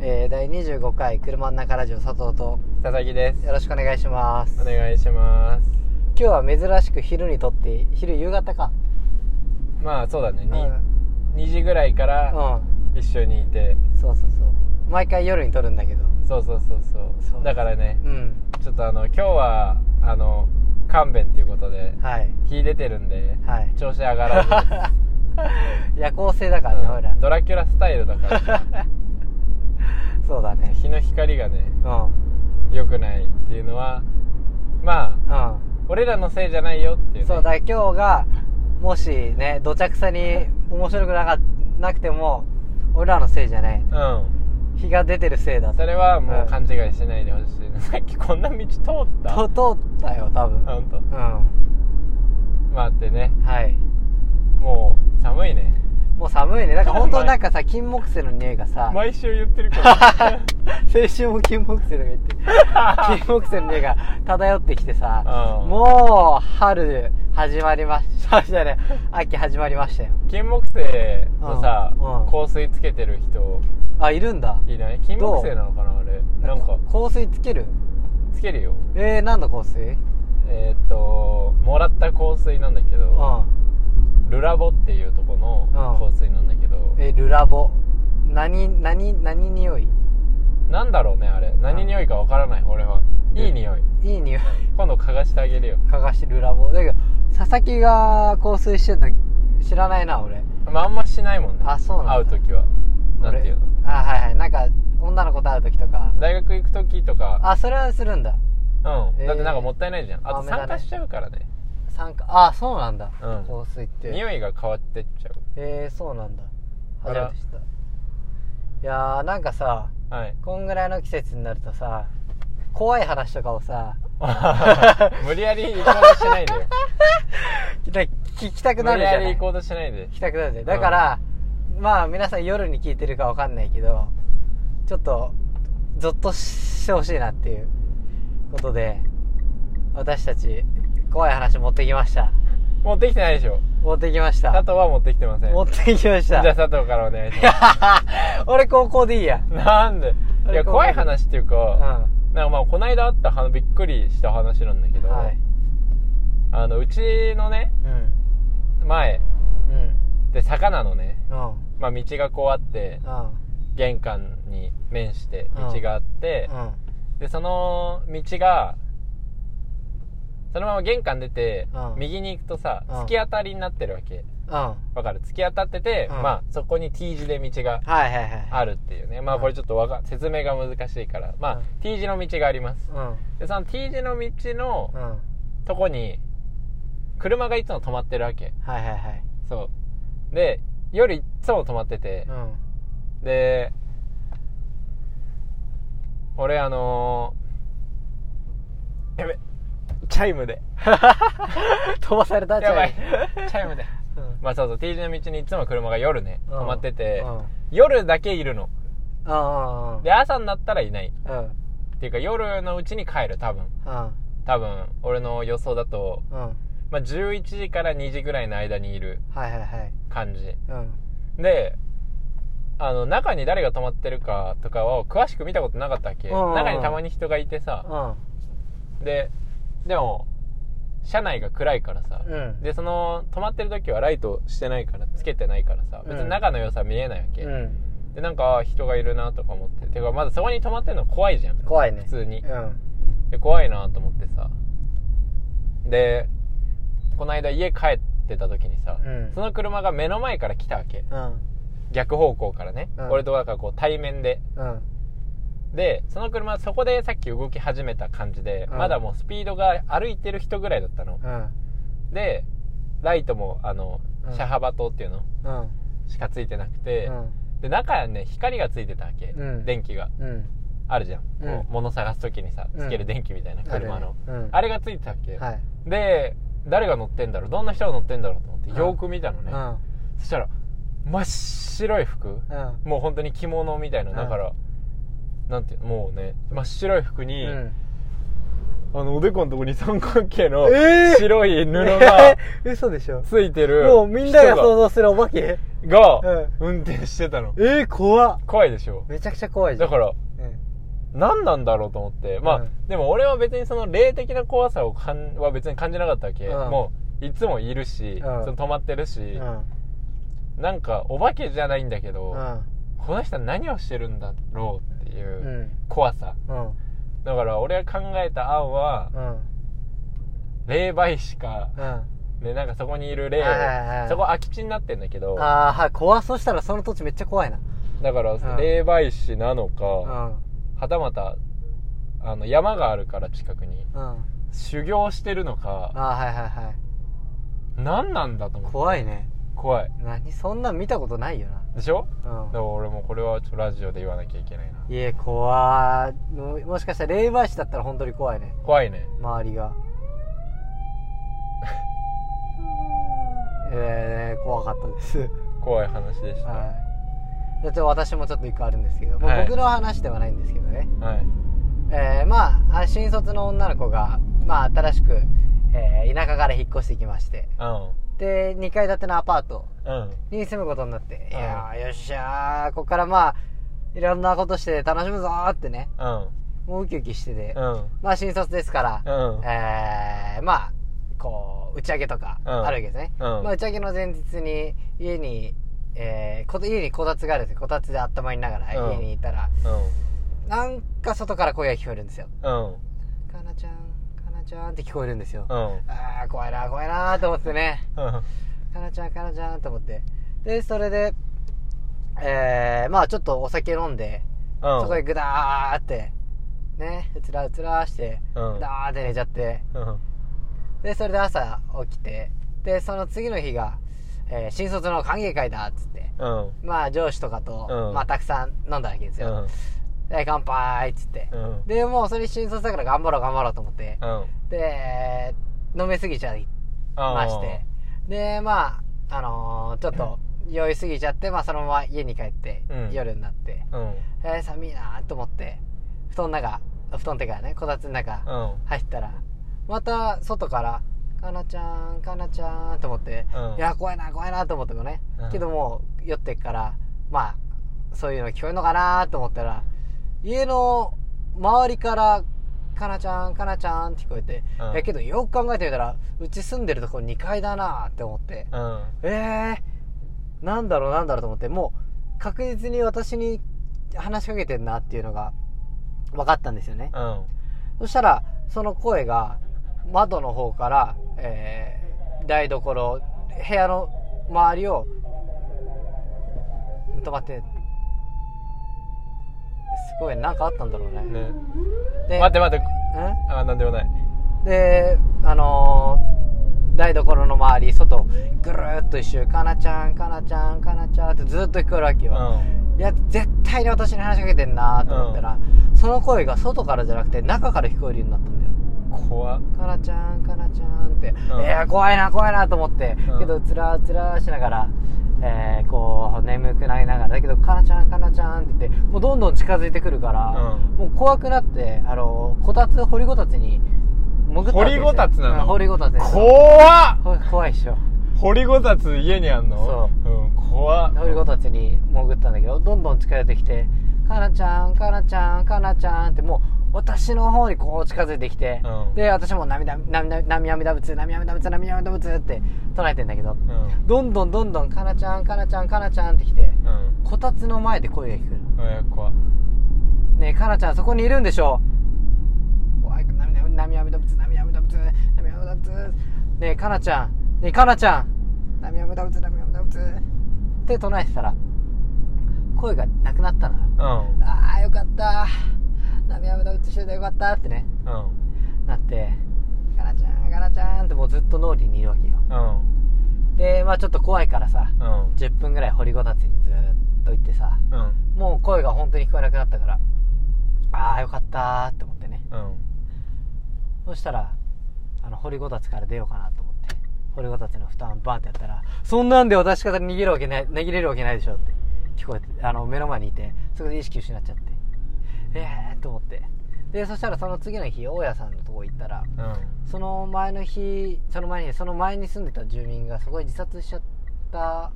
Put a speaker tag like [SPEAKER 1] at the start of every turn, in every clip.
[SPEAKER 1] えー、第25回車の中ラジオ佐藤と
[SPEAKER 2] 佐々木です
[SPEAKER 1] よろしくお願いします
[SPEAKER 2] お願いします
[SPEAKER 1] 今日は珍しく昼にとって昼夕方か
[SPEAKER 2] まあそうだね、
[SPEAKER 1] うん、う
[SPEAKER 2] に2時ぐらいから
[SPEAKER 1] ん
[SPEAKER 2] 一緒にいて
[SPEAKER 1] そうそうそう毎回夜に撮るんだけど
[SPEAKER 2] そうそうそうそう
[SPEAKER 1] そう
[SPEAKER 2] だからね
[SPEAKER 1] うん
[SPEAKER 2] ちょっとあの今日はあの勘弁っていうことで
[SPEAKER 1] はい
[SPEAKER 2] 日出てるんで
[SPEAKER 1] はい
[SPEAKER 2] 調子上がらず
[SPEAKER 1] 夜行性だからね、
[SPEAKER 2] うん
[SPEAKER 1] 俺ら
[SPEAKER 2] ドラキュラスタイルだか
[SPEAKER 1] そうだ
[SPEAKER 2] ら
[SPEAKER 1] ね
[SPEAKER 2] 日の光がね
[SPEAKER 1] うん
[SPEAKER 2] 良くないっていうのはまあ
[SPEAKER 1] う
[SPEAKER 2] 俺らのせいじゃないよっていうんね
[SPEAKER 1] そうだから今日がもしねどちゃくさに面白くなかなくても俺らのせいじゃない
[SPEAKER 2] うん
[SPEAKER 1] 日が出てるせいだと
[SPEAKER 2] それはも
[SPEAKER 1] ん
[SPEAKER 2] う勘違いしないでほしい なさっきこんな道通った
[SPEAKER 1] と通ったよ多分
[SPEAKER 2] あ本当。
[SPEAKER 1] う
[SPEAKER 2] まあってね
[SPEAKER 1] んはい
[SPEAKER 2] もう寒いね
[SPEAKER 1] もう寒いねなんか本当になんかさ金木犀の匂いがさ
[SPEAKER 2] 毎週言ってるから
[SPEAKER 1] 先週も金木犀の匂いって金木犀の匂いが漂ってきて さ、
[SPEAKER 2] うん
[SPEAKER 1] もう春始まりましたじゃね秋始まりましたよ
[SPEAKER 2] 金木犀のさ、
[SPEAKER 1] うん
[SPEAKER 2] 香水つけてる人
[SPEAKER 1] あいるんだ
[SPEAKER 2] いない金木犀なのかなあれなんか
[SPEAKER 1] 香水つける
[SPEAKER 2] つけるよ
[SPEAKER 1] えー、何の香水
[SPEAKER 2] えーっともらった香水なんだけ
[SPEAKER 1] う
[SPEAKER 2] ど、
[SPEAKER 1] ん
[SPEAKER 2] ルラボっていうとこの
[SPEAKER 1] うん
[SPEAKER 2] 香水なんだけど、
[SPEAKER 1] えルラボ何何何匂い
[SPEAKER 2] なんだろうねあれ何匂いかわからない俺は
[SPEAKER 1] え
[SPEAKER 2] いい匂い
[SPEAKER 1] いい匂い
[SPEAKER 2] 今度嗅がしてあげるよ
[SPEAKER 1] 嗅がしてルラボだけど佐々木が香水してんの知らないな俺
[SPEAKER 2] まああんましないもんね
[SPEAKER 1] あそうなんだ
[SPEAKER 2] 会う時はなんていうの
[SPEAKER 1] 俺あはいはいなんか女の子と会う時とか
[SPEAKER 2] 大学行く時とか
[SPEAKER 1] あそれはするんだ
[SPEAKER 2] うん、
[SPEAKER 1] えー
[SPEAKER 2] だってなんかもったいないじゃんあ
[SPEAKER 1] あ
[SPEAKER 2] と
[SPEAKER 1] 無駄ね
[SPEAKER 2] 酸化しちゃうからね
[SPEAKER 1] 酸化あそうなんだ、
[SPEAKER 2] うん
[SPEAKER 1] 香水って
[SPEAKER 2] 匂いが変わってっちゃ
[SPEAKER 1] えー、そうなんだ
[SPEAKER 2] あ
[SPEAKER 1] 初
[SPEAKER 2] ら
[SPEAKER 1] めて知ったいやーなんかさ
[SPEAKER 2] うはい
[SPEAKER 1] こんぐらいの季節になるとさ怖い話とかを さ
[SPEAKER 2] 無理やり行こうとしないでよ
[SPEAKER 1] なんか聞きたくな
[SPEAKER 2] 無
[SPEAKER 1] るじ
[SPEAKER 2] 理
[SPEAKER 1] ゃ
[SPEAKER 2] や
[SPEAKER 1] な
[SPEAKER 2] り
[SPEAKER 1] い
[SPEAKER 2] 行こ
[SPEAKER 1] 聞
[SPEAKER 2] うとしないで
[SPEAKER 1] きたくなるじゃんだから、まあ皆さん夜に聞いてるかわかんないけどちょっとゾッとしてほしいなっていうことで私たち怖い話持ってきました
[SPEAKER 2] 持ってきてないでしょ
[SPEAKER 1] 持ってきました
[SPEAKER 2] 佐藤は持ってきてません
[SPEAKER 1] 持ってきまし
[SPEAKER 2] じゃ
[SPEAKER 1] た
[SPEAKER 2] あ佐藤からお願いしま
[SPEAKER 1] 俺高校でいいや
[SPEAKER 2] すなんで
[SPEAKER 1] あ
[SPEAKER 2] い
[SPEAKER 1] れ
[SPEAKER 2] や怖い話っていう
[SPEAKER 1] うん
[SPEAKER 2] か、なんかまあこないだあったはびっくりした話なんだけど、
[SPEAKER 1] はい
[SPEAKER 2] あのうちのね
[SPEAKER 1] うん
[SPEAKER 2] 前
[SPEAKER 1] うん
[SPEAKER 2] で魚のね、
[SPEAKER 1] うん
[SPEAKER 2] まあ、道がこうあって
[SPEAKER 1] うん
[SPEAKER 2] 玄関に面して
[SPEAKER 1] うん
[SPEAKER 2] 道があって、
[SPEAKER 1] うん
[SPEAKER 2] でその道がそのまま玄関出て、
[SPEAKER 1] うん
[SPEAKER 2] 右に行くとさ、
[SPEAKER 1] うん
[SPEAKER 2] 突き当たりになってるわけ
[SPEAKER 1] うんは
[SPEAKER 2] わかる突き当たってて、
[SPEAKER 1] うん
[SPEAKER 2] まあそこに T 字で道が
[SPEAKER 1] いはいはい
[SPEAKER 2] あるっていうねま
[SPEAKER 1] う
[SPEAKER 2] あ
[SPEAKER 1] ん
[SPEAKER 2] これちょっとわか説明が難しいからまあ、
[SPEAKER 1] うん
[SPEAKER 2] T 字の道があります
[SPEAKER 1] うん
[SPEAKER 2] でその T 字の道の
[SPEAKER 1] うんはい
[SPEAKER 2] とこに車がいつも止まってるわけ
[SPEAKER 1] はいはい
[SPEAKER 2] そうで夜いっつも止まってて
[SPEAKER 1] う、ん
[SPEAKER 2] で俺あのー、やべチャイムで
[SPEAKER 1] 飛ばされた
[SPEAKER 2] やばい
[SPEAKER 1] チャイ
[SPEAKER 2] チャイムで
[SPEAKER 1] ムうん
[SPEAKER 2] まあそうそう T 字の道にいつも車が夜ね
[SPEAKER 1] うん
[SPEAKER 2] 止まってて、
[SPEAKER 1] うんうん
[SPEAKER 2] 夜だけいるの
[SPEAKER 1] うんうん
[SPEAKER 2] で朝になったらいない
[SPEAKER 1] うんうん
[SPEAKER 2] っていうか夜のうちに帰る多分多分俺の予想だと、
[SPEAKER 1] うん
[SPEAKER 2] まあ、11時から2時ぐらいの間にいる
[SPEAKER 1] はいはいはい
[SPEAKER 2] 感じ
[SPEAKER 1] うん
[SPEAKER 2] であの中に誰が泊まってるかとかを詳しく見たことなかったっけ、
[SPEAKER 1] うんうんうん
[SPEAKER 2] 中にたまに人がいてさ、ででも車内が暗いからさ、
[SPEAKER 1] うん
[SPEAKER 2] でその泊まってる時はライトしてないからつけてないからさ
[SPEAKER 1] うん
[SPEAKER 2] 別に中の良さ見えないわけ、
[SPEAKER 1] うんうん
[SPEAKER 2] でなんかあ人がいるなとか思っててかまずそこに泊まってるの怖いじゃん
[SPEAKER 1] 怖いね
[SPEAKER 2] 普通に
[SPEAKER 1] うん
[SPEAKER 2] で怖いなと思ってさでこの間家帰ってた時にさ、
[SPEAKER 1] うん
[SPEAKER 2] その車が目の前から来たわけ
[SPEAKER 1] うん
[SPEAKER 2] 逆方向からね、
[SPEAKER 1] うん
[SPEAKER 2] 俺とだからこう対面で
[SPEAKER 1] うん
[SPEAKER 2] でその車そこでさっき動き始めた感じで、
[SPEAKER 1] うん
[SPEAKER 2] まだもうスピードが歩いてる人ぐらいだったの、
[SPEAKER 1] うん
[SPEAKER 2] でライトもあの
[SPEAKER 1] うん
[SPEAKER 2] 車幅灯っていうの
[SPEAKER 1] うん
[SPEAKER 2] しかついてなくて、
[SPEAKER 1] うん
[SPEAKER 2] で中ね光がついてたわけ、
[SPEAKER 1] うん
[SPEAKER 2] 電気が
[SPEAKER 1] うん
[SPEAKER 2] あるじゃん、こ
[SPEAKER 1] うん
[SPEAKER 2] う物探す時にさつける電気みたいな車の、
[SPEAKER 1] あれねうん
[SPEAKER 2] あれがついてたわけ、
[SPEAKER 1] はい
[SPEAKER 2] で誰が乗ってんだろうどんな人が乗ってんだろうと思って
[SPEAKER 1] うん
[SPEAKER 2] よく見たの
[SPEAKER 1] う
[SPEAKER 2] ね、
[SPEAKER 1] ん
[SPEAKER 2] そしたら真っ白い服
[SPEAKER 1] うん
[SPEAKER 2] もう本当に着物みたいな
[SPEAKER 1] うん
[SPEAKER 2] だから、なんていうのもうね真っ白い服に、
[SPEAKER 1] うん
[SPEAKER 2] あのおでこのとこに三角形の
[SPEAKER 1] えー
[SPEAKER 2] 白い布が
[SPEAKER 1] えー嘘でしょ
[SPEAKER 2] ついてる人が、
[SPEAKER 1] もうみんなが想像するお化け
[SPEAKER 2] が
[SPEAKER 1] うん
[SPEAKER 2] 運転してたの
[SPEAKER 1] えー、怖っ
[SPEAKER 2] 怖いでしょ
[SPEAKER 1] めちゃくちゃ怖いじゃん
[SPEAKER 2] だから
[SPEAKER 1] うん
[SPEAKER 2] 何なんだろうと思ってまあ、
[SPEAKER 1] うん
[SPEAKER 2] でも俺は別にその霊的な怖さをかんは別に感じなかったわけ、
[SPEAKER 1] うん
[SPEAKER 2] もういつもいるし、
[SPEAKER 1] ん
[SPEAKER 2] その止まってるし、
[SPEAKER 1] うん
[SPEAKER 2] なんかお化けじゃないんだけど、
[SPEAKER 1] うん
[SPEAKER 2] この人は何をしてるんだろうっていううん怖さ、
[SPEAKER 1] うん
[SPEAKER 2] だから俺が考えた案は
[SPEAKER 1] うん
[SPEAKER 2] 霊媒師か、
[SPEAKER 1] うん
[SPEAKER 2] ね、なんかそこにいる霊を、
[SPEAKER 1] はいはいはい
[SPEAKER 2] そこ空き地になってんだけど
[SPEAKER 1] ああはい怖そしたらその土地めっちゃ怖いな
[SPEAKER 2] だから
[SPEAKER 1] ん
[SPEAKER 2] 霊媒師なの
[SPEAKER 1] う
[SPEAKER 2] か、
[SPEAKER 1] ん
[SPEAKER 2] はたまたあの山があるから近くに
[SPEAKER 1] うんあ
[SPEAKER 2] 修行してるの
[SPEAKER 1] あー
[SPEAKER 2] か
[SPEAKER 1] はいはいはい
[SPEAKER 2] 何なんだと思って
[SPEAKER 1] 怖いね
[SPEAKER 2] 怖い
[SPEAKER 1] 何そんなん見たことないよ
[SPEAKER 2] でしょ
[SPEAKER 1] な
[SPEAKER 2] だから俺もこれはちょっとラジオで言わなきゃいけないな
[SPEAKER 1] うんいえ怖いももしかしたら霊媒師だったら本当に怖いね
[SPEAKER 2] 怖いね
[SPEAKER 1] 周り がえー、怖かったです
[SPEAKER 2] 怖い話でしたは
[SPEAKER 1] はい、だって私もちょっと一個あるんですけど、まあ
[SPEAKER 2] はい
[SPEAKER 1] 僕の話ではないんですけどね、
[SPEAKER 2] い、
[SPEAKER 1] えーまああ新卒の女の子が、まあ、新しく、えー田舎から引っ越してきましてで2階建てのアパート
[SPEAKER 2] うんうん
[SPEAKER 1] に住むことになって、
[SPEAKER 2] うん
[SPEAKER 1] いやーよっしゃーこっからまあいろんなことして楽しむぞーってね
[SPEAKER 2] うん
[SPEAKER 1] もうウキウキしてて、
[SPEAKER 2] うん
[SPEAKER 1] まあ新卒ですから、
[SPEAKER 2] うん
[SPEAKER 1] えーまあこう打ち上げとかあるわけですね、
[SPEAKER 2] うん
[SPEAKER 1] まあ、打ち上げの前日に家に、えーこ家にこたつがあるんですよこたつで温まりながら
[SPEAKER 2] うん
[SPEAKER 1] 家にいたら、
[SPEAKER 2] うん
[SPEAKER 1] なんか外から声が聞こえるんですよ
[SPEAKER 2] うん
[SPEAKER 1] 「かなちゃんかなちゃん」って聞こえるんですよ、
[SPEAKER 2] うん
[SPEAKER 1] あー怖いな怖いなーと思ってね
[SPEAKER 2] うん
[SPEAKER 1] 「かなちゃんかなちゃん」と思ってでそれでえー、まあちょっとお酒飲んで、
[SPEAKER 2] うん
[SPEAKER 1] そこでグダーってねうつらうつらーして、
[SPEAKER 2] うん
[SPEAKER 1] ダーって寝ちゃって
[SPEAKER 2] うん
[SPEAKER 1] でそれで朝起きてでその次の日が、えー新卒の歓迎会だっつって
[SPEAKER 2] うん
[SPEAKER 1] まあ上司とかと、
[SPEAKER 2] うん
[SPEAKER 1] まあたくさん飲んだわけです
[SPEAKER 2] う
[SPEAKER 1] よ
[SPEAKER 2] ん、
[SPEAKER 1] で乾杯っつって、
[SPEAKER 2] うん
[SPEAKER 1] でもうそれ新卒だから頑張ろう頑張ろうと思って、
[SPEAKER 2] うん
[SPEAKER 1] で飲みすぎちゃいましてでまああのーちょっと酔いすぎちゃって、まあ、そのまま家に帰って、
[SPEAKER 2] うん
[SPEAKER 1] 夜になって
[SPEAKER 2] うん
[SPEAKER 1] えー、寒いなーと思って布団の中布団ってかねこたつの中、
[SPEAKER 2] うん
[SPEAKER 1] 入ったらまた外から「かなちゃんかなちゃん」と思って、
[SPEAKER 2] うん
[SPEAKER 1] いや怖いな怖いなと思ってもね、
[SPEAKER 2] うん
[SPEAKER 1] けどもう酔ってっからまあそういうの聞こえるのかなと思ったら家の周りから「かなちゃんかなちゃん」って聞こえて、
[SPEAKER 2] うん
[SPEAKER 1] いやけどよく考えてみたらうち住んでるとこ2階だなって思って、
[SPEAKER 2] うん
[SPEAKER 1] えー、なんだろうなんだろうと思ってもう確実に私に話しかけてんなっていうのが分かったんですよね。
[SPEAKER 2] うん
[SPEAKER 1] そしたら、その声が、窓の方から、えー、台所、部屋の周りを、止まって、すごい、なんかあったんだろうね。
[SPEAKER 2] ね
[SPEAKER 1] で、
[SPEAKER 2] 待って待って
[SPEAKER 1] う
[SPEAKER 2] あなんでもない
[SPEAKER 1] んで、あのー台所の周り、外、ぐるーっと一周、かなちゃん、かなちゃん、かなちゃんってずーっと聞こえるわけ
[SPEAKER 2] う
[SPEAKER 1] よ。
[SPEAKER 2] ん
[SPEAKER 1] いや、絶対に私に話しかけてんなーと思ったら、その声が外からじゃなくて、中から聞こえるようになったんだよ。
[SPEAKER 2] 怖っ
[SPEAKER 1] かなちゃんかなちゃんって、
[SPEAKER 2] ん
[SPEAKER 1] いや怖いな怖いなと思って、
[SPEAKER 2] うん
[SPEAKER 1] けどつらつらしながら、えーこう眠くなりながらだけどかなちゃんかなちゃんって言ってもうどんどん近づいてくるから、
[SPEAKER 2] う
[SPEAKER 1] もう怖くなってあのこたつ掘りごたつに潜ったわけですよ
[SPEAKER 2] 掘りごたつなの
[SPEAKER 1] うん掘りごたつです
[SPEAKER 2] 怖っ
[SPEAKER 1] ほ怖いっしょ
[SPEAKER 2] 掘りごたつ家にあんのそう、うん、怖っ
[SPEAKER 1] 掘りごたつに潜ったんだけどどんどん近寄ってきてかなちゃんかなちゃんかなちゃんってもう私の方にこう近づいてきて、
[SPEAKER 2] うん
[SPEAKER 1] で私も涙涙涙涙仏涙涙仏涙涙仏って唱えてんだけど
[SPEAKER 2] うん
[SPEAKER 1] どんどんどんどんかなちゃんかなちゃんかなちゃんって来て
[SPEAKER 2] うん
[SPEAKER 1] こたつの前で声が聞く
[SPEAKER 2] うん怖っ
[SPEAKER 1] ねえかなちゃんそこにいるんでしょ怖い涙涙涙仏涙涙仏涙涙仏ねえかなちゃんねえかなちゃん涙涙仏涙涙仏って唱えてたら声がなくなったのよ
[SPEAKER 2] うん
[SPEAKER 1] あーよかった涙涙仏しててよかったってね
[SPEAKER 2] うん
[SPEAKER 1] なって「ガラちゃんガラちゃん」ってもうずっと脳裏にいるわけよ
[SPEAKER 2] うん
[SPEAKER 1] でまあちょっと怖いからさ
[SPEAKER 2] うん
[SPEAKER 1] 10分ぐらい掘りごたつにずーっと行ってさ
[SPEAKER 2] うん
[SPEAKER 1] もう声が本当に聞こえなくなったからああよかったーって思ってね
[SPEAKER 2] うん
[SPEAKER 1] そしたらあの掘りごたつから出ようかなと思って掘りごたつの蓋バンってやったらそんなんで私から逃げるわけない逃げれるわけないでしょって聞こえてあの目の前にいてそこで意識失っちゃってええー、と思ってでそしたらその次の日大家さんのとこ行ったら
[SPEAKER 2] うん
[SPEAKER 1] その前の日その前にその前に住んでた住民がそこで自殺しちゃった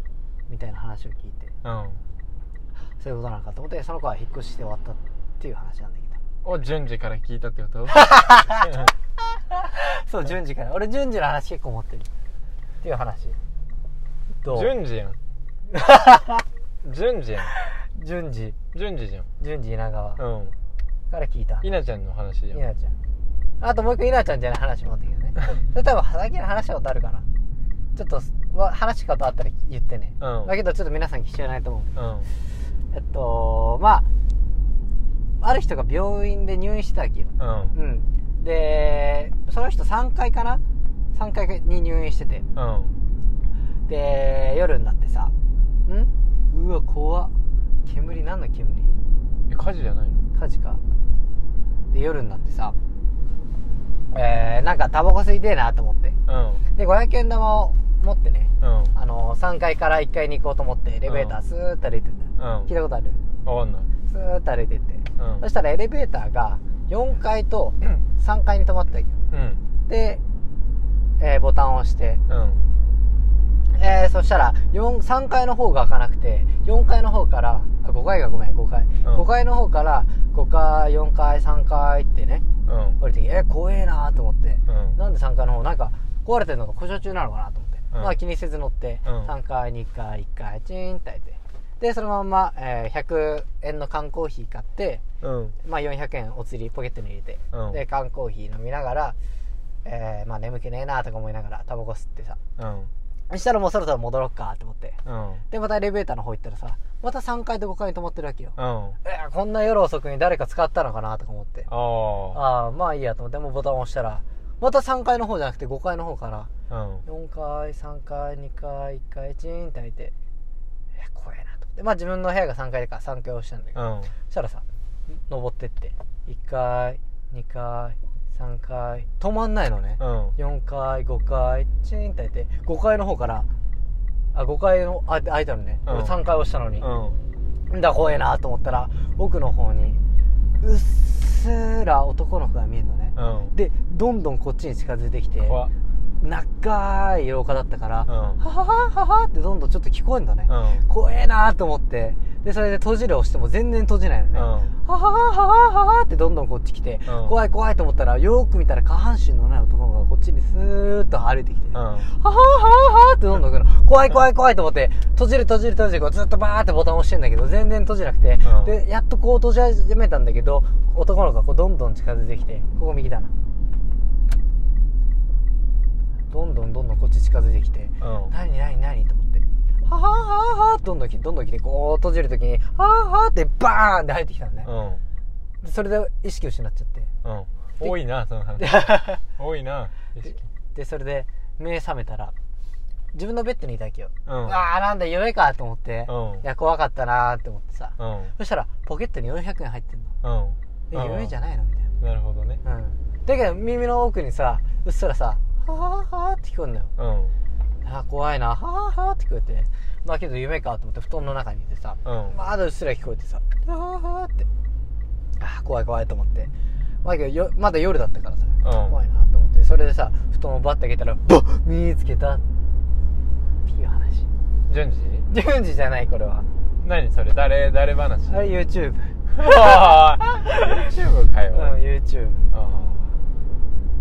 [SPEAKER 1] みたいな話を聞いて
[SPEAKER 2] うん
[SPEAKER 1] そういうことなのかと思ってその子は引っ越しして終わったっていう話なんだけど
[SPEAKER 2] を順次から聞いたってこと
[SPEAKER 1] そう順次から俺順次の話結構持ってるっていう話どう
[SPEAKER 2] 順次やん順次やん
[SPEAKER 1] 順次
[SPEAKER 2] 順次じゃん
[SPEAKER 1] 順次稲川
[SPEAKER 2] うん
[SPEAKER 1] から聞いた
[SPEAKER 2] 稲ちゃんの話じゃん
[SPEAKER 1] 稲ちゃんあともう一個稲ちゃんじゃない話もあったけどねそれ多分最近話したことあるかなちょっとわ話したことあったら言ってね、
[SPEAKER 2] うん
[SPEAKER 1] だけどちょっと皆さん聞けないと思う
[SPEAKER 2] うん
[SPEAKER 1] えっとまあある人が病院で入院してたわけよ
[SPEAKER 2] うん
[SPEAKER 1] うんでその人3回かな3回に入院してて
[SPEAKER 2] うん
[SPEAKER 1] で夜になってさんうわ怖っ煙何の煙
[SPEAKER 2] え火事じゃないの
[SPEAKER 1] 火事かで夜になってさえー、なんかタバコ吸いてえなと思ってで500円玉を持ってね
[SPEAKER 2] うん
[SPEAKER 1] あの3階から1階に行こうと思ってエレベータースーッと歩いてった、
[SPEAKER 2] うんうん
[SPEAKER 1] 聞いたことある
[SPEAKER 2] わかんない
[SPEAKER 1] スーッと歩いてって、
[SPEAKER 2] うん
[SPEAKER 1] そしたらエレベーターが4階と3階に止まってたわけよ
[SPEAKER 2] うん
[SPEAKER 1] で、えーボタンを押して、
[SPEAKER 2] うん
[SPEAKER 1] えーそしたら4 3階の方が開かなくて4階の方からあ5階がごめん5階、
[SPEAKER 2] うん
[SPEAKER 1] 5階の方から5階4階3階ってね
[SPEAKER 2] うん
[SPEAKER 1] 降りてきてえー怖えなーと思って、
[SPEAKER 2] うん
[SPEAKER 1] なんで3階の方なんか壊れてるのが故障中なのかなと思って、
[SPEAKER 2] うん
[SPEAKER 1] まあ気にせず乗って、
[SPEAKER 2] うん
[SPEAKER 1] 3階2階1階チーンって開いてでそのまんま、えー100円の缶コーヒー買って
[SPEAKER 2] うん
[SPEAKER 1] まあ、400円お釣りポケットに入れて、
[SPEAKER 2] うん
[SPEAKER 1] で缶コーヒー飲みながら、えーまあ、眠くねえなとか思いながらタバコ吸ってさ
[SPEAKER 2] うん
[SPEAKER 1] そしたらもうそろそろ戻ろっかと思って
[SPEAKER 2] うん
[SPEAKER 1] でまたエレベーターの方行ったらさまた3階と5階に止まってるわけよ、
[SPEAKER 2] うん
[SPEAKER 1] えーこんな夜遅くに誰か使ったのかなとか思って
[SPEAKER 2] あ
[SPEAKER 1] ああまあいいやと思ってもうボタンを押したらまた3階の方じゃなくて5階の方から
[SPEAKER 2] あうん
[SPEAKER 1] 4階3階2階1階チーンって開いていや怖えなと思ってまあ自分の部屋が3階だから3階押したんだけど
[SPEAKER 2] うん
[SPEAKER 1] そしたらさ登ってって1階2階3階止まんないのね、
[SPEAKER 2] うん
[SPEAKER 1] 4階5階チーンって開いて5階の方からあ5階のあ開いたのね、
[SPEAKER 2] うん
[SPEAKER 1] 俺3階押したのに、
[SPEAKER 2] うん
[SPEAKER 1] んだ怖えなと思ったら奥の方にうっすら男の子が見えるのね、
[SPEAKER 2] うん
[SPEAKER 1] でどんどんこっちに近づいてきて
[SPEAKER 2] 怖っ
[SPEAKER 1] 長い廊下だったから、
[SPEAKER 2] うん
[SPEAKER 1] はははははってどんどんちょっと聞こえんだね、
[SPEAKER 2] うん
[SPEAKER 1] 怖えなと思ってでそれで閉じる押しても全然閉じないのね、
[SPEAKER 2] うん
[SPEAKER 1] ははははははってどんどんこっち来て、
[SPEAKER 2] うん
[SPEAKER 1] 怖い怖いと思ったらよーく見たら下半身のない男の子がこっちにスーッと歩いてきて、
[SPEAKER 2] う
[SPEAKER 1] はは
[SPEAKER 2] ん
[SPEAKER 1] はははってどんどん来るの怖い怖い怖いと思って閉じる閉じる閉じるこうずっとバーってボタン押してんだけど全然閉じなくて、
[SPEAKER 2] うん
[SPEAKER 1] でやっとこう閉じ始めたんだけど男の子がこうどんどん近づいてきてここ右だなどんどんどんどんこっち近づいてきて
[SPEAKER 2] うん
[SPEAKER 1] 何何何と思ってははははどんどん来てどんどん来てこう閉じるときにははってバーンって入ってきたのね、
[SPEAKER 2] うん
[SPEAKER 1] でそれで意識を失っちゃって
[SPEAKER 2] うん多いなその話多いな意識
[SPEAKER 1] でそれで目覚めたら自分のベッドにいたわけよ、
[SPEAKER 2] うん
[SPEAKER 1] うわあなんだ夢かと思って、
[SPEAKER 2] うん
[SPEAKER 1] いや怖かったなーって思ってさ、
[SPEAKER 2] うん
[SPEAKER 1] そしたらポケットに400円入ってんの
[SPEAKER 2] うん
[SPEAKER 1] え夢じゃ
[SPEAKER 2] な
[SPEAKER 1] ないのみたい
[SPEAKER 2] なるほどね
[SPEAKER 1] なうんだけど耳の奥にさうっすらさ「ははは」って聞こえんのよ
[SPEAKER 2] うん
[SPEAKER 1] あー怖いな「ははは」って聞こえてまあけど夢かと思って布団の中にいてさ、
[SPEAKER 2] うん
[SPEAKER 1] まだうっすら聞こえてさ「ははは」ってあー怖い怖いと思ってまあけどよまだ夜だったからさ、
[SPEAKER 2] うん
[SPEAKER 1] 怖いなと思ってそれでさ布団をバッて開けたらバッ見つけたっていう話
[SPEAKER 2] 順次
[SPEAKER 1] 順次じゃないこれは
[SPEAKER 2] 何それ誰誰話
[SPEAKER 1] あれ YouTube
[SPEAKER 2] あー YouTube か
[SPEAKER 1] う
[SPEAKER 2] よ
[SPEAKER 1] ん YouTube
[SPEAKER 2] あ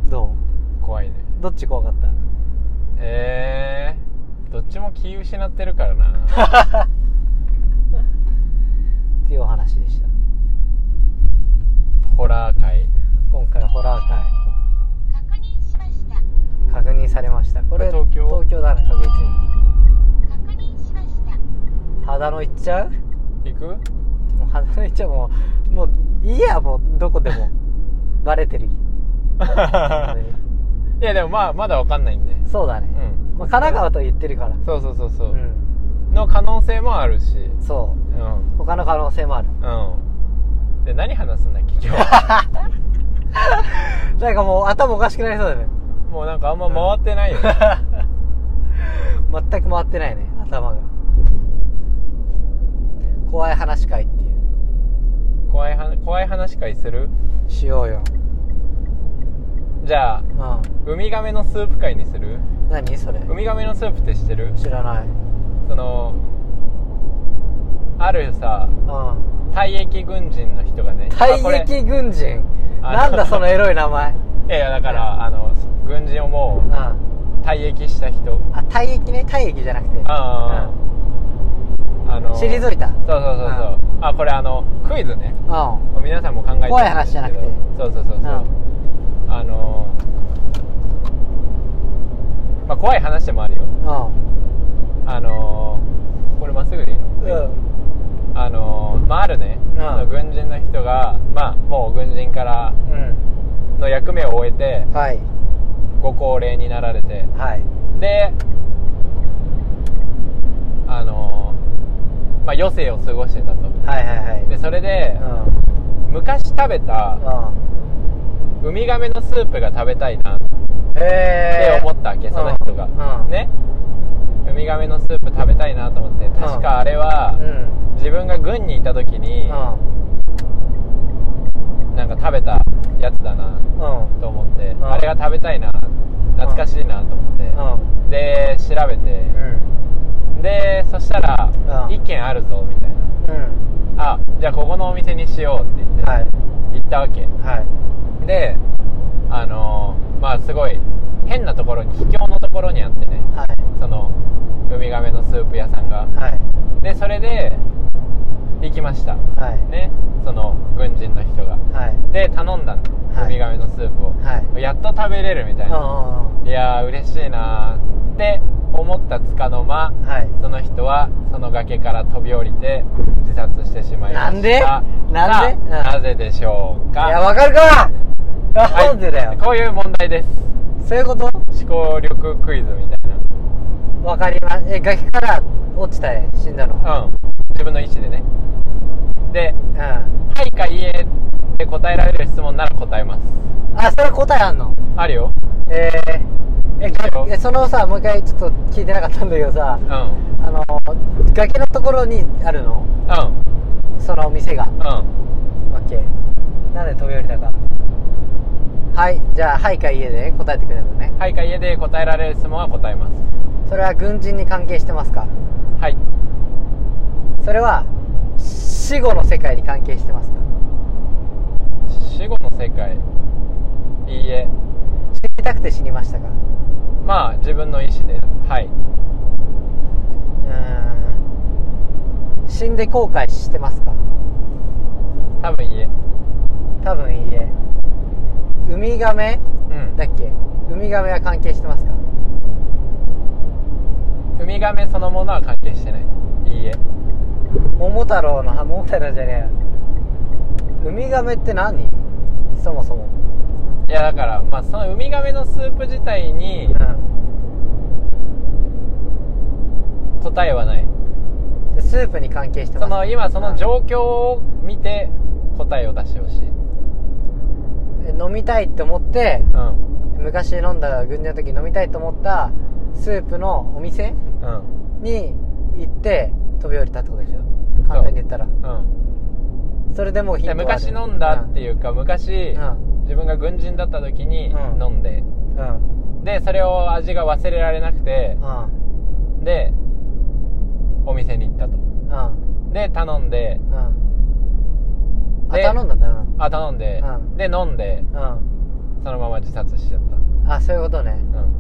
[SPEAKER 1] ど
[SPEAKER 2] ー怖いね
[SPEAKER 1] うどっち怖かった
[SPEAKER 2] えー、どっちも気失ってるからな
[SPEAKER 1] っていうお話でした
[SPEAKER 2] ホラー界
[SPEAKER 1] 今回ホラー
[SPEAKER 3] 確認しました。
[SPEAKER 1] 界確認されましたこれ
[SPEAKER 2] これ東京
[SPEAKER 1] 東京だね確実に
[SPEAKER 3] 確認しました。
[SPEAKER 1] 肌のいっちゃう
[SPEAKER 2] 行く
[SPEAKER 1] もう肌のいっちゃうもうもういいやもうどこで もバレてる
[SPEAKER 2] いやでもまあまだわかんないんで
[SPEAKER 1] そうだね、
[SPEAKER 2] うん
[SPEAKER 1] まあ、神奈川と言ってるから
[SPEAKER 2] そうそうそうそう、
[SPEAKER 1] うん
[SPEAKER 2] の可能性もあるし
[SPEAKER 1] そう
[SPEAKER 2] うん
[SPEAKER 1] 他の可能性もある
[SPEAKER 2] うんで何話すんだっけ今 日は
[SPEAKER 1] なんかもう頭おかしくなりそうだね
[SPEAKER 2] もうなんかあんま回ってないよ、ね
[SPEAKER 1] 全く回ってないね頭が怖い話会っていう
[SPEAKER 2] 怖い話怖い話会する
[SPEAKER 1] しようよ
[SPEAKER 2] じゃあ
[SPEAKER 1] う
[SPEAKER 2] ウミガメのスープ会にする
[SPEAKER 1] ん何それ
[SPEAKER 2] ウミガメのスープって知ってる
[SPEAKER 1] 知らない
[SPEAKER 2] そのあるさ
[SPEAKER 1] うん
[SPEAKER 2] 退役軍人の人がねあ
[SPEAKER 1] 退
[SPEAKER 2] これ
[SPEAKER 1] 役軍人
[SPEAKER 2] あ
[SPEAKER 1] なんだそのエロい名前
[SPEAKER 2] いやいやだからあの軍人をも
[SPEAKER 1] うんあ
[SPEAKER 2] う退役した人
[SPEAKER 1] 退役ね退役じゃなくて
[SPEAKER 2] あああの
[SPEAKER 1] 退
[SPEAKER 2] そうそう
[SPEAKER 1] いたうん
[SPEAKER 2] そうそうあこれあのクイズね皆さんも考えて
[SPEAKER 1] 怖い話じゃなくて
[SPEAKER 2] そうそうそうそううあのまあ怖い話でもあるよ
[SPEAKER 1] う
[SPEAKER 2] あのこれまっすぐでいいの
[SPEAKER 1] んうん
[SPEAKER 2] あのまああるね、
[SPEAKER 1] うん
[SPEAKER 2] その軍人の人がまあもう軍人から
[SPEAKER 1] うん
[SPEAKER 2] の役目を終えて
[SPEAKER 1] はい
[SPEAKER 2] ご高齢になられて
[SPEAKER 1] はい
[SPEAKER 2] であのまあ余生を過ごしてたと
[SPEAKER 1] はいはいはい
[SPEAKER 2] でそれで
[SPEAKER 1] う、
[SPEAKER 2] 昔食べた
[SPEAKER 1] んうん
[SPEAKER 2] ウミガメのスープが食べたいなっ
[SPEAKER 1] へ
[SPEAKER 2] て
[SPEAKER 1] え
[SPEAKER 2] 思ったわけ、その人が、
[SPEAKER 1] うんうん
[SPEAKER 2] ねウミガメのスープ食べたいなと思って確かあれは
[SPEAKER 1] う、ん
[SPEAKER 2] 自分が軍にいた時に、なんか食べたやつだな
[SPEAKER 1] うんうん
[SPEAKER 2] と思って、
[SPEAKER 1] ん
[SPEAKER 2] あれが食べたいな懐かしいなと思って、
[SPEAKER 1] うん
[SPEAKER 2] で調べて、
[SPEAKER 1] うん
[SPEAKER 2] でそしたら
[SPEAKER 1] うん
[SPEAKER 2] 一軒あるぞみたい
[SPEAKER 1] うん
[SPEAKER 2] なあじゃあここのお店にしようって言って、
[SPEAKER 1] はい
[SPEAKER 2] 行ったわけ
[SPEAKER 1] はい
[SPEAKER 2] であのーまあすごい変なところに秘境のところにあってね
[SPEAKER 1] は
[SPEAKER 2] そのウミガメのスープ屋さんが
[SPEAKER 1] いはい
[SPEAKER 2] でそれで行きました
[SPEAKER 1] はい
[SPEAKER 2] ねその軍人の人が
[SPEAKER 1] はい
[SPEAKER 2] で頼んだの、
[SPEAKER 1] はい
[SPEAKER 2] ウミガメのスープを、
[SPEAKER 1] はい
[SPEAKER 2] やっと食べれるみたいな、
[SPEAKER 1] う
[SPEAKER 2] いやー嬉しいなーって思ったつかの間
[SPEAKER 1] んはい
[SPEAKER 2] その人はその崖から飛び降りて自殺してしまいました
[SPEAKER 1] なんで
[SPEAKER 2] さあ
[SPEAKER 1] なんでうん
[SPEAKER 2] なぜでしょう
[SPEAKER 1] い
[SPEAKER 2] か
[SPEAKER 1] やわかるか
[SPEAKER 2] はい
[SPEAKER 1] なんでだよ
[SPEAKER 2] こういう問題です
[SPEAKER 1] そういうこと
[SPEAKER 2] 思考力クイズみたい
[SPEAKER 1] わかりまえ崖から落ちたえ死んだの
[SPEAKER 2] なうん自分の意思でねで
[SPEAKER 1] うんあ
[SPEAKER 2] はいかいいえって答えられる質問なら答えます
[SPEAKER 1] それ答えあんの
[SPEAKER 2] あるよ
[SPEAKER 1] えー、え
[SPEAKER 2] いい
[SPEAKER 1] が
[SPEAKER 2] よ
[SPEAKER 1] えそのさもう一回ちょっと聞いてなかったんだけどさ
[SPEAKER 2] うんうん
[SPEAKER 1] あの崖のところにあるのそのお店が
[SPEAKER 2] うん
[SPEAKER 1] オッケーなんで飛び降りたかはいじゃあ「はい」か「いいえ」で答えてくれるのね
[SPEAKER 2] はいかいいえで答えられる質問は答えます
[SPEAKER 1] それは軍人に関係してますか
[SPEAKER 2] はい
[SPEAKER 1] それは死後の世界に関係してますか
[SPEAKER 2] 死後の世界いいえ
[SPEAKER 1] 死にたくて死にましたかう
[SPEAKER 2] まあ自分の意思ではい
[SPEAKER 1] ーん死んで後悔してますか
[SPEAKER 2] 多分いいえ
[SPEAKER 1] 多分いいえウミガメ
[SPEAKER 2] うん
[SPEAKER 1] だっけウミガメは関係してますか
[SPEAKER 2] ウミガメそのものは関係してないいいえ
[SPEAKER 1] 桃太郎のあ桃太郎じゃねえやウミガメって何そもそも
[SPEAKER 2] いやだからまあそのウミガメのスープ自体に
[SPEAKER 1] うん
[SPEAKER 2] 答えはない
[SPEAKER 1] じゃあスープに関係してま
[SPEAKER 2] そ
[SPEAKER 1] すか
[SPEAKER 2] の今その状況を見て答えを出してほしい
[SPEAKER 1] うん飲みたいって思って
[SPEAKER 2] うん
[SPEAKER 1] 昔飲んだ軍人の時飲みたいと思ったスープのお店
[SPEAKER 2] うん
[SPEAKER 1] に行って飛び降りたってことでしょ簡単に言ったら
[SPEAKER 2] うん
[SPEAKER 1] それでもうヒン
[SPEAKER 2] で
[SPEAKER 1] トはある
[SPEAKER 2] 昔飲んだっていうか昔
[SPEAKER 1] うん
[SPEAKER 2] 自分が軍人だった時に
[SPEAKER 1] うん
[SPEAKER 2] 飲んで
[SPEAKER 1] うんうん
[SPEAKER 2] でそれを味が忘れられなくて
[SPEAKER 1] うん
[SPEAKER 2] でお店に行ったと
[SPEAKER 1] うん
[SPEAKER 2] で頼んで
[SPEAKER 1] うんあ
[SPEAKER 2] で
[SPEAKER 1] 頼んだんだな
[SPEAKER 2] あ頼んで、
[SPEAKER 1] うん
[SPEAKER 2] で飲んで
[SPEAKER 1] うん
[SPEAKER 2] そのまま自殺しちゃった、
[SPEAKER 1] あそういうことね
[SPEAKER 2] う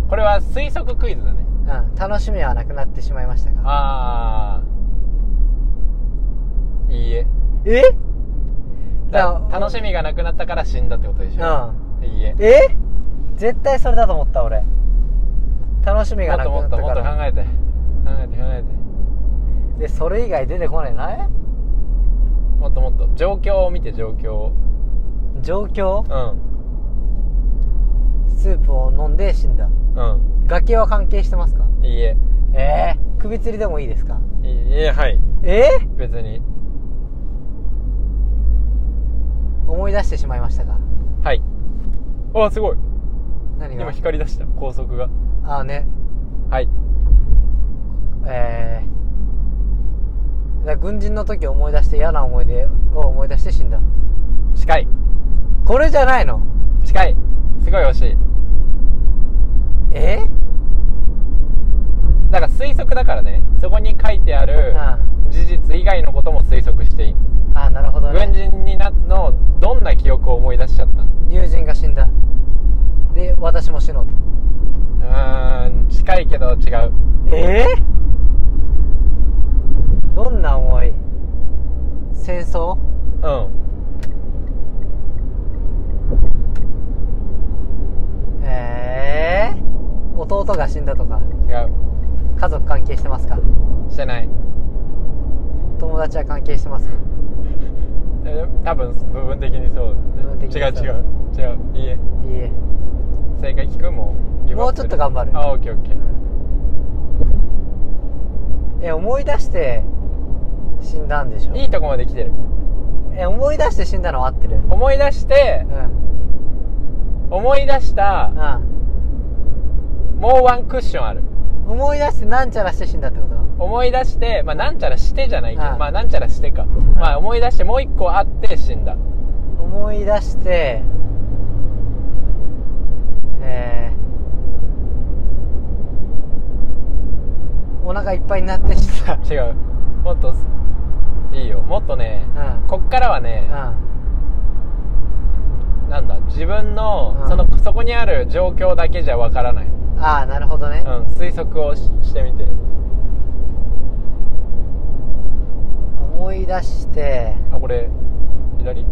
[SPEAKER 2] ん、これは推測クイズだね
[SPEAKER 1] うん楽しみはなくなってしまいましたか
[SPEAKER 2] ああいいえ
[SPEAKER 1] え
[SPEAKER 2] だ楽しみがなくなったから死んだってことでしょ、いいえ
[SPEAKER 1] え絶対それだと思った俺楽しみが
[SPEAKER 2] もっ
[SPEAKER 1] なくな
[SPEAKER 2] とも
[SPEAKER 1] っ
[SPEAKER 2] っと
[SPEAKER 1] た
[SPEAKER 2] も
[SPEAKER 1] か
[SPEAKER 2] っと考
[SPEAKER 1] ら
[SPEAKER 2] えて考えて考えて
[SPEAKER 1] でそれ以外出てこないな
[SPEAKER 2] もっともっと状況を見て状況を
[SPEAKER 1] 状況
[SPEAKER 2] うん
[SPEAKER 1] スープを飲んで死んだ
[SPEAKER 2] う
[SPEAKER 1] 崖は関係してますか
[SPEAKER 2] んいいえ
[SPEAKER 1] ええ首吊りでもいいですか
[SPEAKER 2] いいえはい
[SPEAKER 1] え
[SPEAKER 2] 別に
[SPEAKER 1] 思い出してしまいましたか
[SPEAKER 2] はいあーすごい
[SPEAKER 1] 何が
[SPEAKER 2] 今光り出した高速が
[SPEAKER 1] ああね
[SPEAKER 2] はい
[SPEAKER 1] えー、だから軍人の時思い出して嫌な思い出を思い出して死んだ
[SPEAKER 2] 近い
[SPEAKER 1] これじゃないの
[SPEAKER 2] 近いすごい惜しい
[SPEAKER 1] え
[SPEAKER 2] だから推測だからねそこに書いてある
[SPEAKER 1] う
[SPEAKER 2] 事事実以外のことも推測していい
[SPEAKER 1] ああなるほど
[SPEAKER 2] 軍
[SPEAKER 1] ね
[SPEAKER 2] 人になのどんな記憶を思い出しちゃったの
[SPEAKER 1] 友人が死んだで私も死のう
[SPEAKER 2] うーん近いけど違う
[SPEAKER 1] ええどんな思い戦争
[SPEAKER 2] うん
[SPEAKER 1] ええ弟が死んだとか
[SPEAKER 2] 違う
[SPEAKER 1] 家族関係してますか
[SPEAKER 2] してない
[SPEAKER 1] 友達は関係してますか
[SPEAKER 2] え多分部分的にそう
[SPEAKER 1] 部分的に
[SPEAKER 2] 違う
[SPEAKER 1] そう
[SPEAKER 2] 違う違ういい
[SPEAKER 1] い
[SPEAKER 2] え
[SPEAKER 1] いえ
[SPEAKER 2] 正解聞くもうギブアップす
[SPEAKER 1] もうちょっと頑張る
[SPEAKER 2] あオッケーオッケー
[SPEAKER 1] え思い出して死んだんでしょ
[SPEAKER 2] いいとこまで来てる
[SPEAKER 1] え思い出して死んだのは合ってる
[SPEAKER 2] 思い出して
[SPEAKER 1] うん
[SPEAKER 2] 思い出した
[SPEAKER 1] うん
[SPEAKER 2] もうワンクッションある
[SPEAKER 1] 思い出してなんちゃらして死んだってこと
[SPEAKER 2] 思い出して、まあ、なんちゃらしてじゃないけど、
[SPEAKER 1] うん
[SPEAKER 2] まあ、なんちゃらしてか、まあ、思い出してもう一個あって死んだ
[SPEAKER 1] 思い出してえー、お腹いっぱいになって死んだ
[SPEAKER 2] 違うもっといいよもっとね
[SPEAKER 1] うん
[SPEAKER 2] こっからはね、
[SPEAKER 1] うん
[SPEAKER 2] なんだ自分の、
[SPEAKER 1] うん
[SPEAKER 2] そのそこにある状況だけじゃわからない、うん、
[SPEAKER 1] ああなるほどね、
[SPEAKER 2] 推測をししてみて
[SPEAKER 1] 思い出して
[SPEAKER 2] あこれ左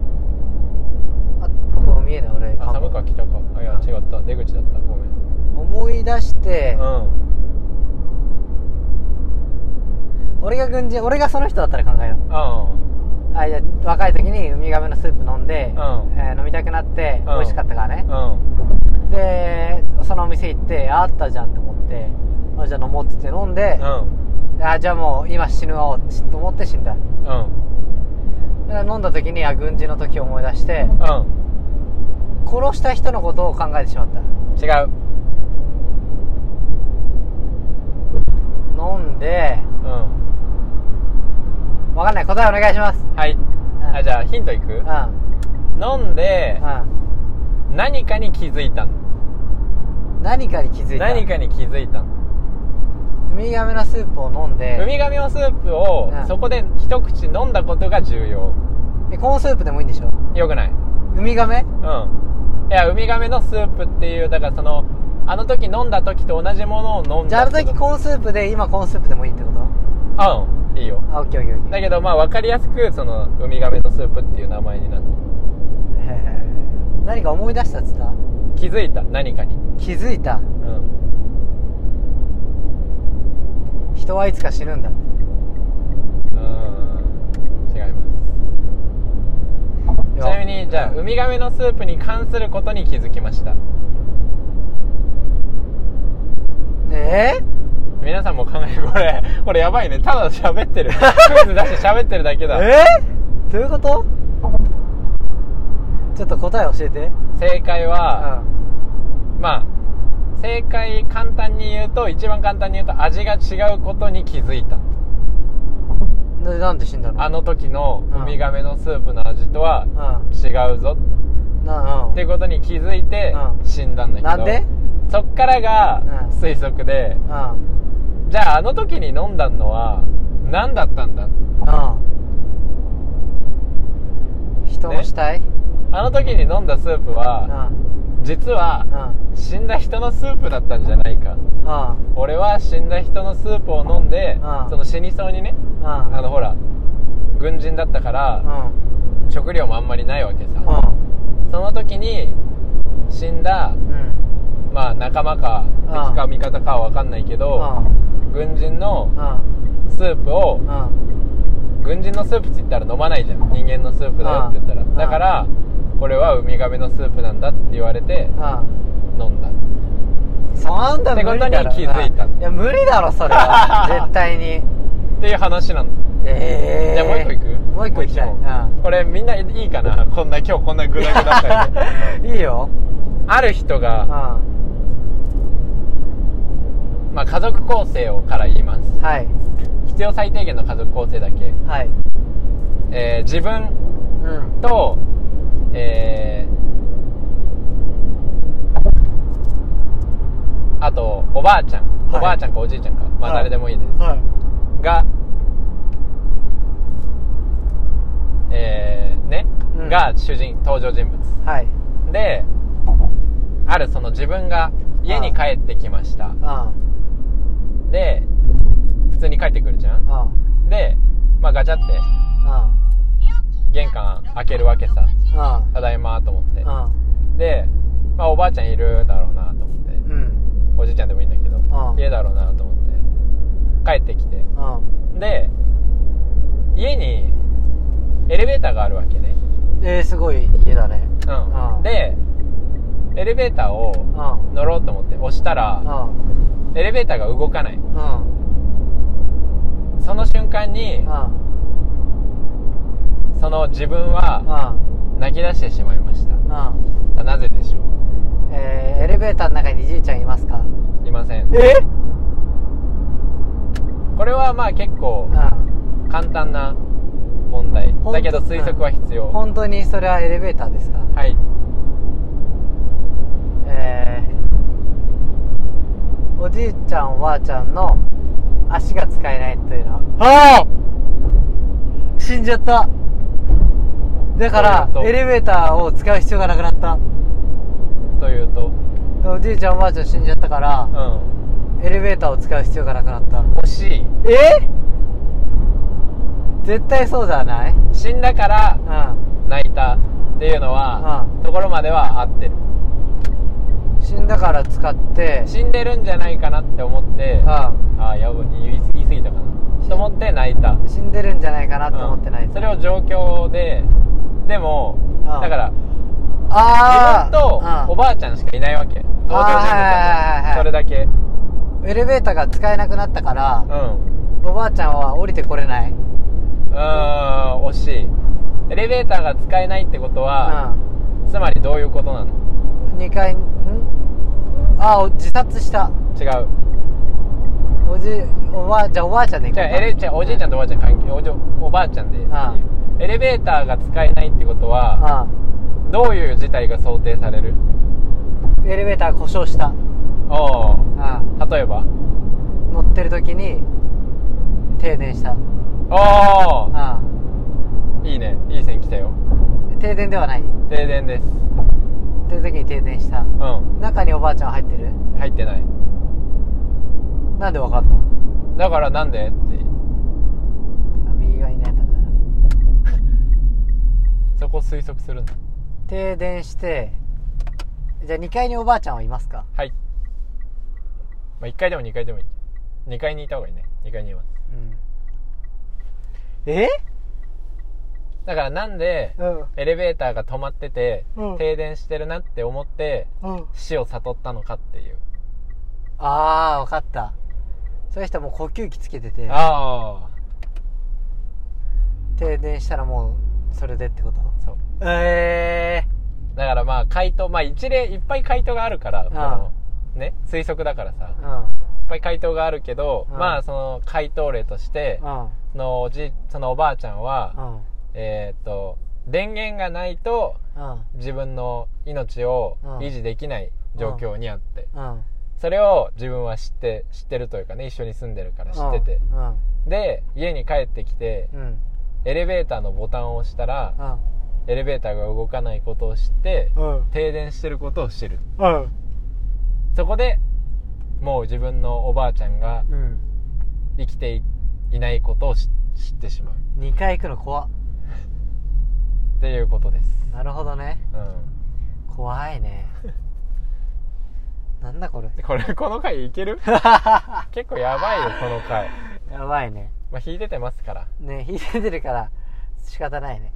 [SPEAKER 1] あもう見えない俺
[SPEAKER 2] あ寒川北かあいや
[SPEAKER 1] うん
[SPEAKER 2] 違った出口だったごめん
[SPEAKER 1] 思い出して、
[SPEAKER 2] うん
[SPEAKER 1] 俺が軍人俺がその人だったら考えよう
[SPEAKER 2] あ
[SPEAKER 1] あいや若い時にウミガメのスープ飲んで、
[SPEAKER 2] うん
[SPEAKER 1] えー飲みたくなって、
[SPEAKER 2] うん
[SPEAKER 1] 美味しかったからね、
[SPEAKER 2] あうん
[SPEAKER 1] でそのお店行ってああったじゃんと思ってあじゃあ飲もうって言って飲んで、
[SPEAKER 2] うん
[SPEAKER 1] あじゃあもう今死ぬわおうと思って死んだ
[SPEAKER 2] うん
[SPEAKER 1] だから飲んだ時にあ軍人の時を思い出して
[SPEAKER 2] うん
[SPEAKER 1] 殺した人のことを考えてしまった
[SPEAKER 2] 違う
[SPEAKER 1] 飲んで
[SPEAKER 2] うん
[SPEAKER 1] わかんない答えお願いします
[SPEAKER 2] はい
[SPEAKER 1] うん
[SPEAKER 2] あじゃあヒントいく
[SPEAKER 1] う
[SPEAKER 2] 飲んで
[SPEAKER 1] んうん
[SPEAKER 2] 何かに気づいたの
[SPEAKER 1] 何かに気づいた
[SPEAKER 2] 何かに気づいたの
[SPEAKER 1] ウミガメのスープを飲ん
[SPEAKER 2] ウ
[SPEAKER 1] で
[SPEAKER 2] ミガメのスープを
[SPEAKER 1] うん
[SPEAKER 2] そこで一口飲んだことが重要
[SPEAKER 1] えコーンスープでもいいんでしょ
[SPEAKER 2] よくない
[SPEAKER 1] ウミガメ
[SPEAKER 2] うんいやウミガメのスープっていうだからそのあの時飲んだ時と同じものを飲んだ
[SPEAKER 1] じゃああの時コーンスープで今コーンスープでもいいってこと
[SPEAKER 2] うんいいよ
[SPEAKER 1] あオッケーオッケーオッケー
[SPEAKER 2] だけどまあ分かりやすくそのウミガメのスープっていう名前になって
[SPEAKER 1] へー何か思い出したっつった
[SPEAKER 2] 気づいた何かに
[SPEAKER 1] 気づいた
[SPEAKER 2] うん
[SPEAKER 1] 人はいつか死ぬんだ
[SPEAKER 2] うーん違いますちなみにじゃあウミガメのスープに関することに気づきました
[SPEAKER 1] えー
[SPEAKER 2] 皆さんも考えるこれこれやばいねただ喋 ってるクイズ出して喋ってるだけだ
[SPEAKER 1] えーどういうことちょっと答え教えて
[SPEAKER 2] 正解
[SPEAKER 1] う
[SPEAKER 2] は、
[SPEAKER 1] ん
[SPEAKER 2] まあ正解簡単に言うと一番簡単に言うと味が違うことに気づいた
[SPEAKER 1] でなんで死んだの
[SPEAKER 2] あの時の
[SPEAKER 1] うん
[SPEAKER 2] ウミガメのスープの味とは違う
[SPEAKER 1] う
[SPEAKER 2] ぞ
[SPEAKER 1] んな
[SPEAKER 2] っていうことに気づいて
[SPEAKER 1] うん
[SPEAKER 2] 死んだんだ
[SPEAKER 1] うん
[SPEAKER 2] けど
[SPEAKER 1] なんで
[SPEAKER 2] そっからが
[SPEAKER 1] うん
[SPEAKER 2] 推測で
[SPEAKER 1] うん
[SPEAKER 2] じゃああの時に飲んだのは何だったんだ
[SPEAKER 1] うん人の死体、
[SPEAKER 2] あの時に飲んだスープ
[SPEAKER 1] うん
[SPEAKER 2] は実は
[SPEAKER 1] うん
[SPEAKER 2] 死んだ人のスープだったんじゃないか
[SPEAKER 1] うん
[SPEAKER 2] 俺は死んだ人のスープを飲んで
[SPEAKER 1] うん
[SPEAKER 2] その死にそうにね
[SPEAKER 1] うん
[SPEAKER 2] あのほら軍人だったから
[SPEAKER 1] う
[SPEAKER 2] 食料もあんまりないわけさ
[SPEAKER 1] んうん
[SPEAKER 2] その時に死んだ
[SPEAKER 1] うん
[SPEAKER 2] まあ仲間か
[SPEAKER 1] うん
[SPEAKER 2] 敵か味方かは分かんないけど軍人の
[SPEAKER 1] うん
[SPEAKER 2] スープを
[SPEAKER 1] うん
[SPEAKER 2] 軍人のスープって言ったら飲まないじゃん人間のスープだよって言ったら
[SPEAKER 1] うん
[SPEAKER 2] だからこれはウミガメのスープなんだって言われて
[SPEAKER 1] うん
[SPEAKER 2] 飲んだ
[SPEAKER 1] そんな無理だろ
[SPEAKER 2] ってことに気づいた
[SPEAKER 1] うんいや無理だろそれは絶対に
[SPEAKER 2] っていう話なの
[SPEAKER 1] ええ
[SPEAKER 2] じゃあもう一個いく
[SPEAKER 1] もう一個いきたい
[SPEAKER 2] もう一問これみんないいかなこんな今日こんなグダグダした けど
[SPEAKER 1] うんいいよ
[SPEAKER 2] ある人
[SPEAKER 1] うん
[SPEAKER 2] が、
[SPEAKER 1] は
[SPEAKER 2] まあ、家族構成をから言います
[SPEAKER 1] い
[SPEAKER 2] 必要最低限の家族構成だけ、
[SPEAKER 1] はい
[SPEAKER 2] えー自分
[SPEAKER 1] うん
[SPEAKER 2] とえーあとおばあちゃん、
[SPEAKER 1] はい
[SPEAKER 2] おばあちゃんかおじいちゃんかまあ
[SPEAKER 1] はい
[SPEAKER 2] 誰でもいいです、
[SPEAKER 1] はい
[SPEAKER 2] が
[SPEAKER 1] うん
[SPEAKER 2] が主人、登場人物
[SPEAKER 1] はい
[SPEAKER 2] であるその自分が家に帰ってきました
[SPEAKER 1] あ
[SPEAKER 2] で普通に帰ってくるじゃ
[SPEAKER 1] あ
[SPEAKER 2] ん
[SPEAKER 1] あ
[SPEAKER 2] で、まあ、ガチャって
[SPEAKER 1] あ
[SPEAKER 2] 玄関開けるわけさ
[SPEAKER 1] あ
[SPEAKER 2] ただいまと思って
[SPEAKER 1] ああ
[SPEAKER 2] で、まあ、おばあちゃんいるだろうなと思って
[SPEAKER 1] うん
[SPEAKER 2] おじいちゃんでもいいんだけど
[SPEAKER 1] うん
[SPEAKER 2] いるだろうなと思って帰ってきて
[SPEAKER 1] あ
[SPEAKER 2] で家にエレベーターがあるわけね
[SPEAKER 1] えー、すごい家だね
[SPEAKER 2] う
[SPEAKER 1] うんん
[SPEAKER 2] でエレベーターを
[SPEAKER 1] あ
[SPEAKER 2] 乗ろうと思って押した
[SPEAKER 1] あ
[SPEAKER 2] ら
[SPEAKER 1] あ
[SPEAKER 2] エレベーターが動かない
[SPEAKER 1] ああ
[SPEAKER 2] その瞬間に
[SPEAKER 1] あ
[SPEAKER 2] その自分は
[SPEAKER 1] あ
[SPEAKER 2] 泣き出してしまいまし
[SPEAKER 1] あ
[SPEAKER 2] たなぜでしょ
[SPEAKER 1] えー、エレベーターの中にじいちゃんいますか
[SPEAKER 2] ういません
[SPEAKER 1] え
[SPEAKER 2] これはまあ結構
[SPEAKER 1] あ
[SPEAKER 2] 簡単な問題
[SPEAKER 1] ほん
[SPEAKER 2] だけど推測は必
[SPEAKER 1] あ
[SPEAKER 2] 要
[SPEAKER 1] 本当にそれはエレベーターですか
[SPEAKER 2] はい
[SPEAKER 1] えー、おじいちゃんおばあちゃんの足が使えないというのはああ死んじゃっただから
[SPEAKER 2] どういうこと
[SPEAKER 1] エレベーターを使う必要がなくなった
[SPEAKER 2] というと
[SPEAKER 1] でおじいちゃんおばあちゃん死んじゃったか
[SPEAKER 2] う
[SPEAKER 1] ら
[SPEAKER 2] ん
[SPEAKER 1] エレベーターを使う必要がなくなった
[SPEAKER 2] 惜しい
[SPEAKER 1] え絶対そうじゃないうん
[SPEAKER 2] 死んだから
[SPEAKER 1] う
[SPEAKER 2] 泣いたっていうのは
[SPEAKER 1] う
[SPEAKER 2] ところまでは合ってる
[SPEAKER 1] ん死んだから使って
[SPEAKER 2] 死んでるんじゃないかなって思って
[SPEAKER 1] う
[SPEAKER 2] ああやばい言い言い過ぎたかなと思って泣いた
[SPEAKER 1] ん死んでるんじゃないかなと思ってない、
[SPEAKER 2] うんそれを状況ででも
[SPEAKER 1] ああ
[SPEAKER 2] だから
[SPEAKER 1] あ
[SPEAKER 2] 自分
[SPEAKER 1] あ
[SPEAKER 2] とおばあちゃんしかいないわけ登場人物
[SPEAKER 1] はいはいはい
[SPEAKER 2] は
[SPEAKER 1] はい
[SPEAKER 2] ねそれだけ
[SPEAKER 1] エレベーターが使えなくなったから
[SPEAKER 2] う、ん
[SPEAKER 1] おばあちゃんは降りてこれない、うん、
[SPEAKER 2] うーん惜しいエレベーターが使えないってことは、つまりどういうことなの
[SPEAKER 1] 2階んあお自殺した
[SPEAKER 2] 違う
[SPEAKER 1] おじおばあじゃあおばあちゃんで行
[SPEAKER 2] じ
[SPEAKER 1] こ
[SPEAKER 2] ゃ
[SPEAKER 1] う
[SPEAKER 2] あ
[SPEAKER 1] か
[SPEAKER 2] エレじゃあおじいちゃんとおばあちゃん関係おじおばあちゃんでいいよ
[SPEAKER 1] あ
[SPEAKER 2] エレベーターが使えないってことは
[SPEAKER 1] あ
[SPEAKER 2] どういう事態が想定される
[SPEAKER 1] あエレベーターが故障した
[SPEAKER 2] おお
[SPEAKER 1] ああ
[SPEAKER 2] 例えば
[SPEAKER 1] 乗ってる時に停電した
[SPEAKER 2] おお
[SPEAKER 1] あ
[SPEAKER 2] いいねいい線来たよ
[SPEAKER 1] あ停電ではない
[SPEAKER 2] 停電です
[SPEAKER 1] 乗ってる時に停電した
[SPEAKER 2] うん
[SPEAKER 1] 中におばあちゃんは入ってる
[SPEAKER 2] 入ってない
[SPEAKER 1] なんでわかったの
[SPEAKER 2] だからなんでって
[SPEAKER 1] あ右がいないためだな
[SPEAKER 2] そこ推測するんだ
[SPEAKER 1] 停電してじゃあ2階におばあちゃんはいますか
[SPEAKER 2] はいまあ1階でも2階でもいい2階にいた方がいいね2階にいます
[SPEAKER 1] うんえ
[SPEAKER 2] だからなんで
[SPEAKER 1] うん
[SPEAKER 2] エレベーターが止まってて、
[SPEAKER 1] うん
[SPEAKER 2] 停電してるなって思って
[SPEAKER 1] うん
[SPEAKER 2] 死を悟ったのかっていう
[SPEAKER 1] ああ分かったそういう人はもう呼吸器つけてて
[SPEAKER 2] あ
[SPEAKER 1] 停電したらもうそれでってこと
[SPEAKER 2] あそう
[SPEAKER 1] ええ
[SPEAKER 2] だからまあ回答まあ一例いっぱい回答があるからこのね推測だからさいっ
[SPEAKER 1] う
[SPEAKER 2] ぱい回答があるけど、
[SPEAKER 1] うん
[SPEAKER 2] まあその回答例として、
[SPEAKER 1] んうん
[SPEAKER 2] そのおじそのおばあちゃん
[SPEAKER 1] う
[SPEAKER 2] は、
[SPEAKER 1] ん
[SPEAKER 2] えーっと電源がないと
[SPEAKER 1] うん
[SPEAKER 2] 自分の命を
[SPEAKER 1] うん
[SPEAKER 2] 維持できない状況にあって、
[SPEAKER 1] うん
[SPEAKER 2] それを自分は知って知ってるというかね一緒に住んでるから知ってて、
[SPEAKER 1] うん
[SPEAKER 2] で家に帰ってきて
[SPEAKER 1] うん
[SPEAKER 2] エレベーターのボタンを押したら
[SPEAKER 1] うん
[SPEAKER 2] エレベーターが動かないことを知って
[SPEAKER 1] うん
[SPEAKER 2] 停電してることを知る
[SPEAKER 1] うん
[SPEAKER 2] そこでもう自分のおばあちゃんが
[SPEAKER 1] うん
[SPEAKER 2] 生きていいないことを知知ってしまう
[SPEAKER 1] 2階行くの怖っ
[SPEAKER 2] っていうことです
[SPEAKER 1] なるほどね
[SPEAKER 2] うん
[SPEAKER 1] 怖い ねなんだ これ
[SPEAKER 2] でこれこの回いける結構やばいよこの回
[SPEAKER 1] やばいね
[SPEAKER 2] まあ引いててますから
[SPEAKER 1] ね 引いててるから仕方ないね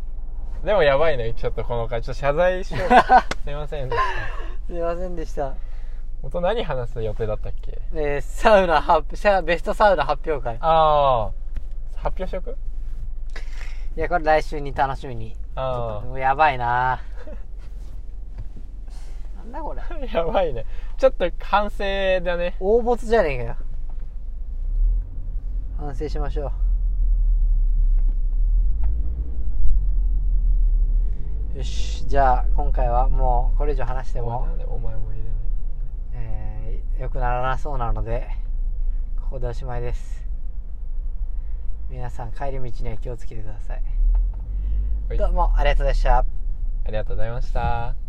[SPEAKER 2] でもやばいねちょっとこの回ちょっと謝罪しよ うすいませんでした
[SPEAKER 1] すいませんでした
[SPEAKER 2] 元何話す予定だったっけ
[SPEAKER 1] えー、サウナ発表シャベストサウナ発表会
[SPEAKER 2] ああ発表しとく
[SPEAKER 1] いやこれ来週に楽しみに
[SPEAKER 2] あ
[SPEAKER 1] もうやばいな なんだこれ
[SPEAKER 2] あやばいねちょっと反省だね
[SPEAKER 1] 大没じゃねえかよ反省しましょうよしじゃあ今回はもうこれ以上話して
[SPEAKER 2] でも
[SPEAKER 1] も
[SPEAKER 2] なん、でお前も入れない
[SPEAKER 1] えー、良くならなそうなのでここでおしまいです皆さん帰り道には気をつけてください
[SPEAKER 2] はい
[SPEAKER 1] どうもありがとうございました
[SPEAKER 2] ありがとうございました